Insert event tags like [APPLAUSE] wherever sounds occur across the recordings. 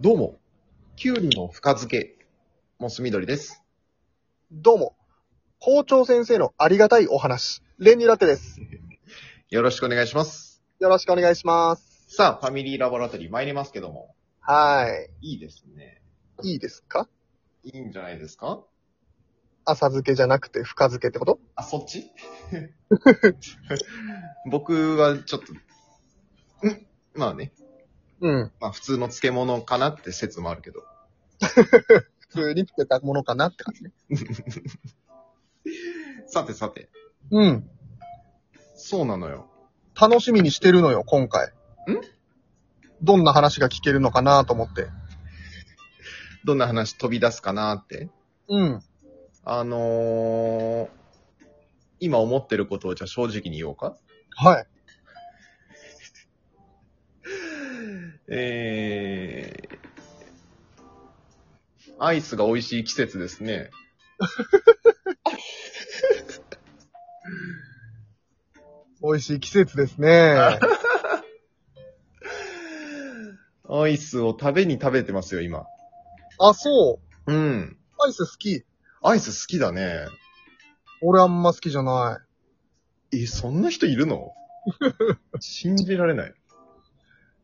どうも、きゅうりの深漬け、モス緑です。どうも。校長先生のありがたいお話、練乳ラテです。よろしくお願いします。よろしくお願いします。さあ、ファミリーラボラトリー参りますけども、はいいですね。い。いいですかいいんじゃないですか浅漬けじゃなくて深漬けってことあ、そっち [LAUGHS] 僕はちょっと、んまあね、うん。まあ普通の漬物かなって説もあるけど。普通につけたものかなって感じね。さてさて、うん。そうなのよ。楽しみにしてるのよ、今回。んどんな話が聞けるのかなと思って。どんな話飛び出すかなって。うん。あのー、今思ってることをじゃあ正直に言おうかはい。えー、アイスが美味しい季節ですね。美味しい季節です [LAUGHS] ね。アイスを食べに食べてますよ、今。あ、そう。うん。アイス好き。アイス好きだね。俺あんま好きじゃない。え、そんな人いるの信じられない。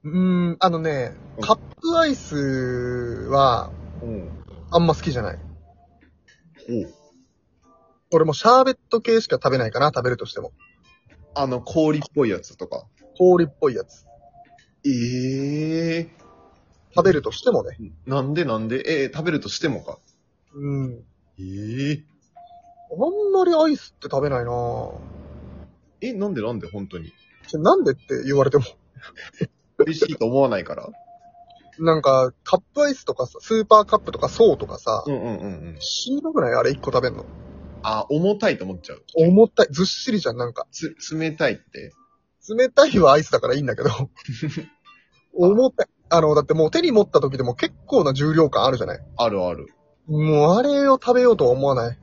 うーん、あのね、カップアイスは、うん。あんま好きじゃない。おう俺もシャーベット系しか食べないかな、食べるとしても。あの、氷っぽいやつとか。氷っぽいやつ。ええ食べるとしてもね。なんでなんでえー食べるとしてもか。うん。ええあんまりアイスって食べないなぁ。え、なんでなんで本当に。ちょなんでって言われても。 [LAUGHS] 美味しいと思わないから。なんか、カップアイスとかさ、スーパーカップとかそうとかさ、うんうんうんうん。しんどくないあれ一個食べんの。あ、重たいと思っちゃう。重たい。ずっしりじゃん、なんか。つ、冷たいって。冷たいはアイスだからいいんだ [LAUGHS] けど。重たい。あの、だってもう手に持った時でも結構な重量感あるじゃないあるある。もうあれを食べようとは思わない。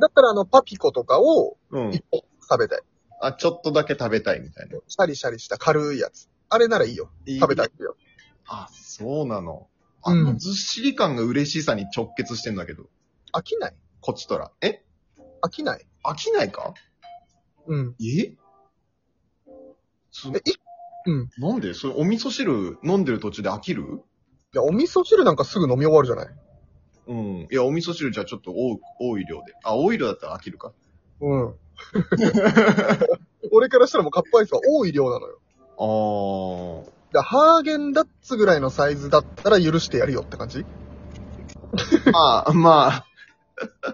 だったらあの、パピコとかをうん一。本食べたい。あ、ちょっとだけ食べたいみたいな。シャリシャリした軽いやつ。あれならいいよ。食べたいよ。あ、そうなの。あうんのずっしり感が嬉しさに直結してんだけど。飽きないこちとら。え飽きない飽きないかうん。えそえ、い、うん。いなんでそれお味噌汁飲んでる途中で飽きるや、お味噌汁なんかすぐ飲み終わるじゃないうん。いや、お味噌汁じゃちょっと多多い量で。あ、多い量だったら飽きる [LAUGHS] か。うん。俺からしたらもうカップアイスは多い量なのよ。あー。だハーゲンダッツぐらいのサイズだったら許してやるよって感じまあ、まあ。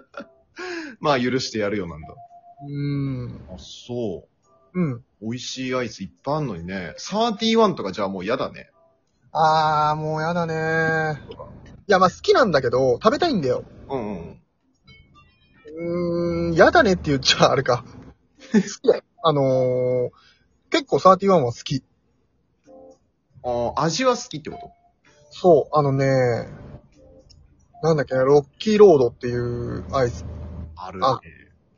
[LAUGHS] まあ、許してやるよなんだ。うーん。あ、そう。うん。美味しいアイスいっぱいあんのにね。31とかじゃあもう嫌だね。あー、もうやだねいや、まあ好きなんだけど、食べたいんだよ。うんうん。うーん、やだねって言っちゃあれか。 [LAUGHS] 好きだよ。あのー、結構31は好き。あー味は好きってことそう、あのね、なんだっけな、ロッキーロードっていうアイス。あるあ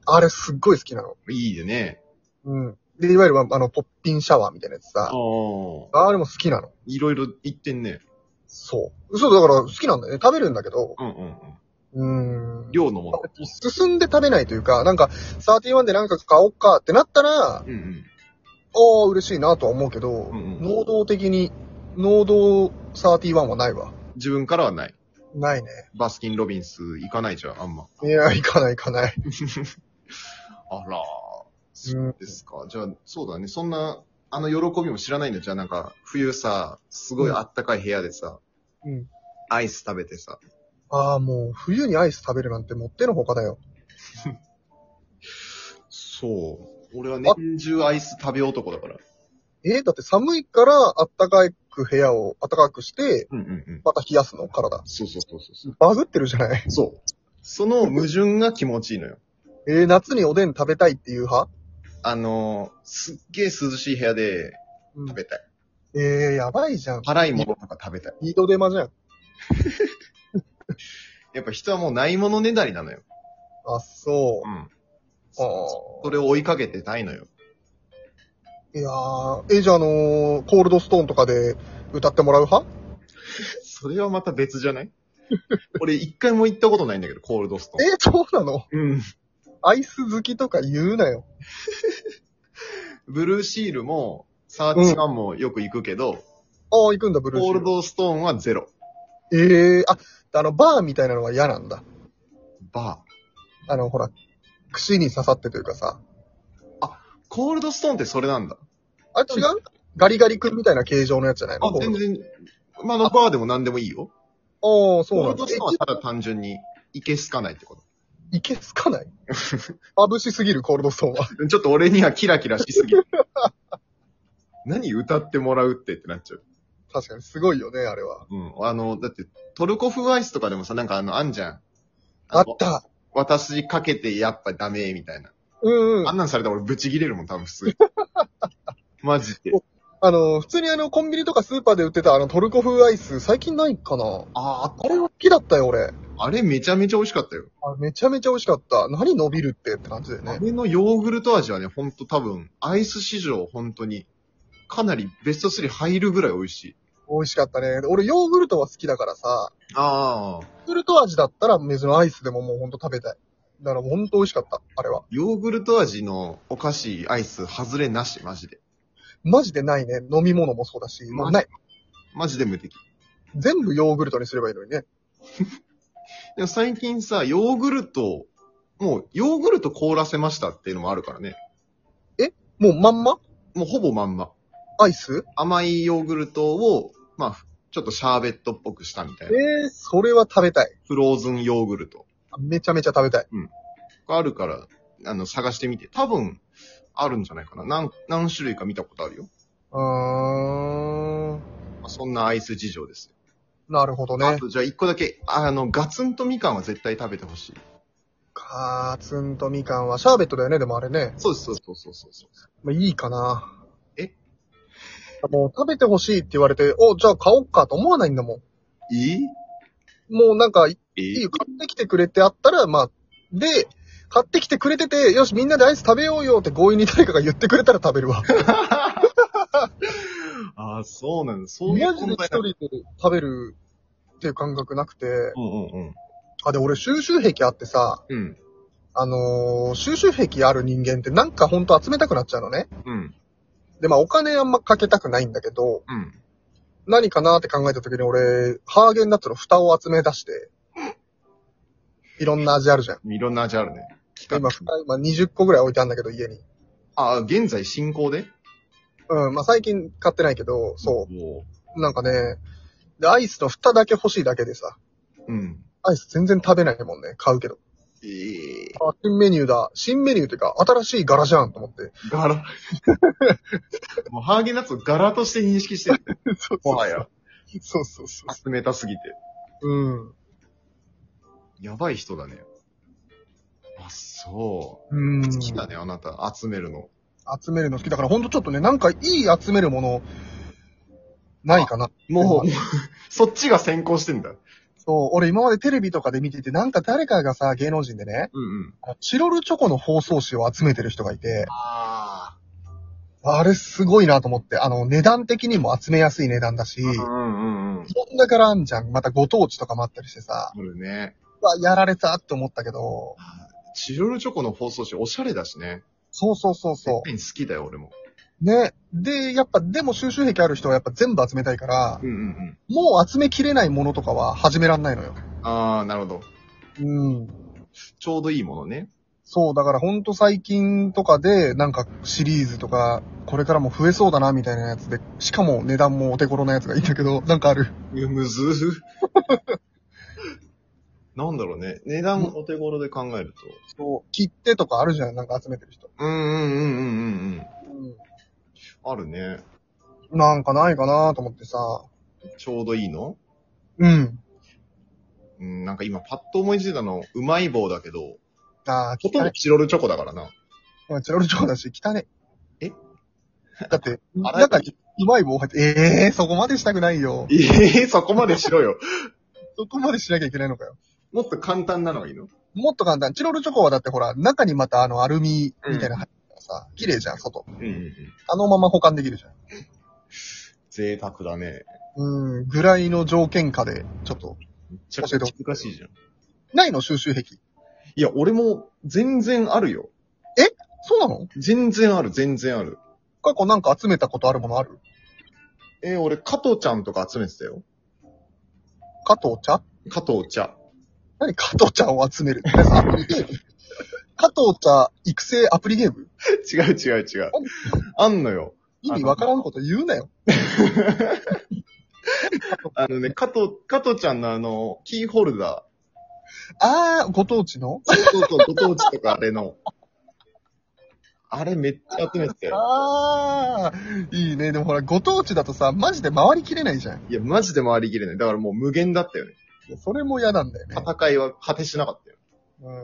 あれすっごい好きなの。ね。いいでね。うん。で、いわゆる、あの、ポッピンシャワーみたいなやつああさ。。あれも好きなの。いろいろ言ってんね。そう。そう、だから好きなんだよね。食べるんだけど、うんうんうん。うーん。量のもの。進んで食べないというか、なんか、31でなんか買おうかってなったら、あうんうん。あ、嬉しいなとは思うけど、んうん能動的に、能動31はないわ。自分からはない。ないね。バスキン・ロビンス行かないじゃん、あんま。いや、いかないいかない。あらー。そうんうですか。じゃあ、そうだね。そんな、あの喜びも知らないんだ。じゃあなんか、冬さ、すごいあったかい部屋でさ、うん。アイス食べてさ。ああ、もう、冬にアイス食べるなんてもってのほかだよ。そう。俺は年中アイス食べ男だから。えーだって寒いから、あったかく部屋を、あったかくして、うんうんうん。また冷やすの体。そうそうそうそうそう。バグってるじゃない。そう。その矛盾が気持ちいいのよ。えー夏におでん食べたいっていう派あのー、すっげえ涼しい部屋でうん食べたい。えー、やばいじゃん。辛いものとか食べたい。二度手間じゃん。やっぱ人はもうないものねだりなのよ。あ、そうう。ん。あそれを追いかけてたいのよ。ーいやー、えー、じゃあ、あのー、コールドストーンとかで歌ってもらう派それはまた別じゃない [LAUGHS] 俺一回も行ったことないんだけど、コールドストーン。え、そうなのうん。アイス好きとか言うなよ。ブルーシールも、サーチワンもよく行くけど、ああ、行くんだ、ブルーシコールール。ドストーンはゼロ。ええあ、あの、バーみたいなのは嫌なんだ。バー。あの、ほら、串に刺さってというかさ。コールドストーンってそれなんだ。あ、違うガリガリ君みたいな形状のやつじゃないのあ、全。然、まあ、あのバーでも何でもいいよ。こうああ、そうコーなルんだド。ストーンはただ単純に、いけすかないってこと。えいけす [LAUGHS] かない眩しすぎる、コールドストーンは。ちょっと俺にはキラキラしすぎ [LAUGHS] る。何歌ってもらうってってなっちゃう。確かに、すごいよね、あれは。うん。あの、だって、トルコ風アイスとかでもさ、なんかあの、あんじゃん。あっのた。私かけてやっぱダメ、みたいな。うんうんあ。んなんされたら俺ブチギレるもん、多分普通 [LAUGHS] に。マジで。あの、普通にあの、コンビニとかスーパーで売ってたあの、トルコ風アイス、最近ないかなああれは好きだったよ、俺。あ、あれめちゃめちゃ美味しかったよ。あめちゃめちゃ美味しかった。何伸びるってって感じだよあね。れのヨーグルト味はね、ほんと多分、アイス史上ほんとに、かなりベスト3入るぐらい美味しい。美味しかったね。俺、ヨーグルトは好きだからさ、ああ。ヨーグルト味だったら、別のアイスでももうほんと食べたい。だから、ほんと美味しかった、あれは。ヨーグルト味のお菓子、アイス、外れなし、マジで。マジでないね。飲み物もそうだし、まあない。マジで無敵。全部ヨーグルトにすればいいのにね。でも最近さ、ヨーグルト、もう、ヨーグルト凍らせましたっていうのもあるからね。もうまんまもうほぼまんま。アイス甘いヨーグルトを、まあ、ちょっとシャーベットっぽくしたみたえいな。ー、それは食べたい。フローズンヨーグルトめちゃめちゃ食べたい。があるから、あの、探してみて。多分、あるんじゃないかな。何、何種類か見たことあるよ。うーん。まあそんなアイス事情です。なるほどあね。と、じゃあ一個だけ、あの、ガツンとみかんは絶対食べてほしい。カーツンとみかんは、シャーベットだよね、でもあれね。そうです、そうですそうそうそうそう。まあ、いいかな。えもう食べてほしいって言われて、お、じゃあ買おっかと思わないんだもいん。もうなんか、いいいいいよ、買ってきてくれてあったら、まあ、で、買ってきてくれてて、よし、みんなでアイス食べようよって強引に誰かが言ってくれたら食べるわ。ああ、そうなんだ。そういうマジで問一題なん人だで食べるっていう感覚なくて。うんうんうん。あ、で、俺収集癖あってさ、うん。あのー収集癖ある人間ってなんかほんと集めたくなっちゃうのね。うん。で、まあお金あんまかけたくないんだけど、うん。何かなって考えた時に俺、ハーゲンダッツの蓋を集め出して、いろんな味あるじゃん。いろんな味あるね。今、蓋今20個ぐらい置いてあるんだけど、家に。ああ、現在進行で。うん、まあ最近買ってないけど、そうう。なんかね、で、アイスの蓋だけ欲しいだけでさ、うん。アイス全然食べないもんね、買うけど。ええあ、新メニューだ。新メニューっていうか、新しい柄じゃんと思って。柄。 [LAUGHS] もうハーゲンダッツを柄として認識してる。 [LAUGHS] そうもはや。そうそうそ集めたすぎて。う。うん。やばい人だね。あ、そう。うん。好きだね、あなた。集めるの。集めるの好きだから、ほんとちょっとね、なんかいい集めるもの、ないかな。もう、 [LAUGHS] そっちが先行してんだ。そう、俺今までテレビとかで見てて、なんか誰かがさ、芸能人でね、うんうん。チロルチョコの包装紙を集めてる人がいて、ああれすごいなと思って、あの、値段的にも集めやすい値段だし、いうんろうんうん。んな柄あんじゃん。またご当地とかもあったりしてさあ、るね。うわ、やられたって思ったけど、チロルチョコの包装紙おしゃれだしね。そうそうそうそ好きだよ、俺も。う。ね。で、やっぱ、でも収集癖ある人はやっぱ全部集めたいから、うんうんうん。もう集めきれないものとかは始めらんないのよ。ああ、なるほど。うん。ちょうどいいものね。そう、だからほんと最近とかで、なんかシリーズとか、これからも増えそうだな、みたいなやつで、しかも値段もお手頃なやつがいいんだけど、 [LAUGHS] なんかある。いやむずー。 [LAUGHS] なんだろうね。値段お手頃で考えると。そう、切手とかあるじゃん、なんか集めてる人。うんうんうんうんうんうん。あるね。うん。なんかないかなと思ってさ。ちょうどいいのうん。うん、なんか今パッと思いついたの、うまい棒だけど、ああ、ほとん汚どチロルチョコだからな。い。チロルチョコだし、汚い。えだって、洗えばいい中にうまい棒入って、ええー、そこまでしたくないよ。ええそこまでしろよ。 [LAUGHS] そこまでしなきゃいけないのかよ。もっと簡単なのがいいのもっと簡単。チロルチョコはだってほら、中にまたあのアルミみたいなの入ってるからさ、綺麗じゃん、外。うんうんうん。あのまま保管できるじゃん。贅沢だね。うん、ぐらいの条件下で、ちょっと。めちゃくちゃ難しいじゃん。ないの収集癖。いや、俺も全然あるよ。そうなの全然ある、全然ある。過去なんか集めたことあるものあるえー俺、加藤ちゃんとか集めてたよ。加藤茶加藤茶。 [LAUGHS] 何加藤茶を集める [LAUGHS] アプリゲーム加藤茶育成アプリゲーム違う違う違う。あんのよ。意味わからんこと言うなよ。あのね、加藤、加藤ちゃんのあの、キーホルダあー、ご当地のー。そうそうそう、ご当地とかあれの。 [LAUGHS] あれめっちゃ集めてたよ。あー、いいね。でもほら、ご当地だとさ、マジで回りきれないじゃん。いや、マジで回りきれない。だからもう無限だったよね。それも嫌なんだよね。戦いは果てしなかったよ。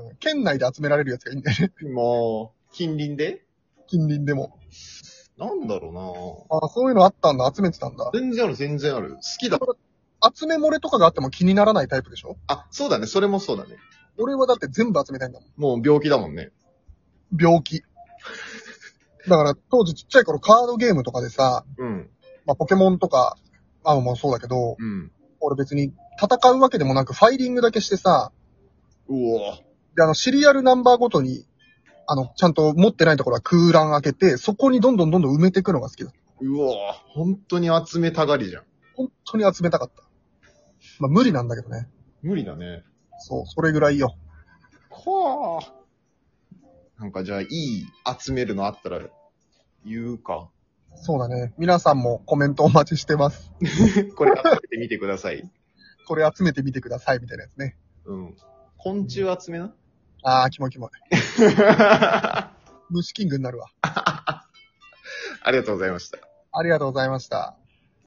うん。県内で集められるやつがいいんだよね。 [LAUGHS] もう、近隣で近隣でも。なんだろあー、そういうのあったんだ。集めてたんだう。な全然ある、全然ある。好きだ。集め漏れとかがあっても気にならないタイプでしょあ、そうだね、それもそうだね。俺はだって全部集めたいんだもん。もう病気だもんね。病気。 [LAUGHS] だから当時ちっちゃい頃カードゲームとかでさ、うん、まあ、ポケモンとか、アウもそうだけど、うん。俺別に戦うわけでもなくファイリングだけしてさ、うおで、あの、シリアルナンバーごとに、あの、ちゃんと持ってないところは空欄開けて、そこにどんどんどんどん埋めていくのが好きだ。うお本当に集めたがりじゃん。本当に集めたかった。まあ、無理なんだけどね。無理だね。そう、それぐらいよ。はあ。なんかじゃあ、いい集めるのあったら、言うか。そうだね。皆さんもコメントお待ちしてます。これ集めてみてください。これ集めてみてください、みたいなやつね。うん。昆虫集 [LAUGHS] めな。あー、キモキモい。虫キングになるわ。ありがとうございました。ありがとうございました。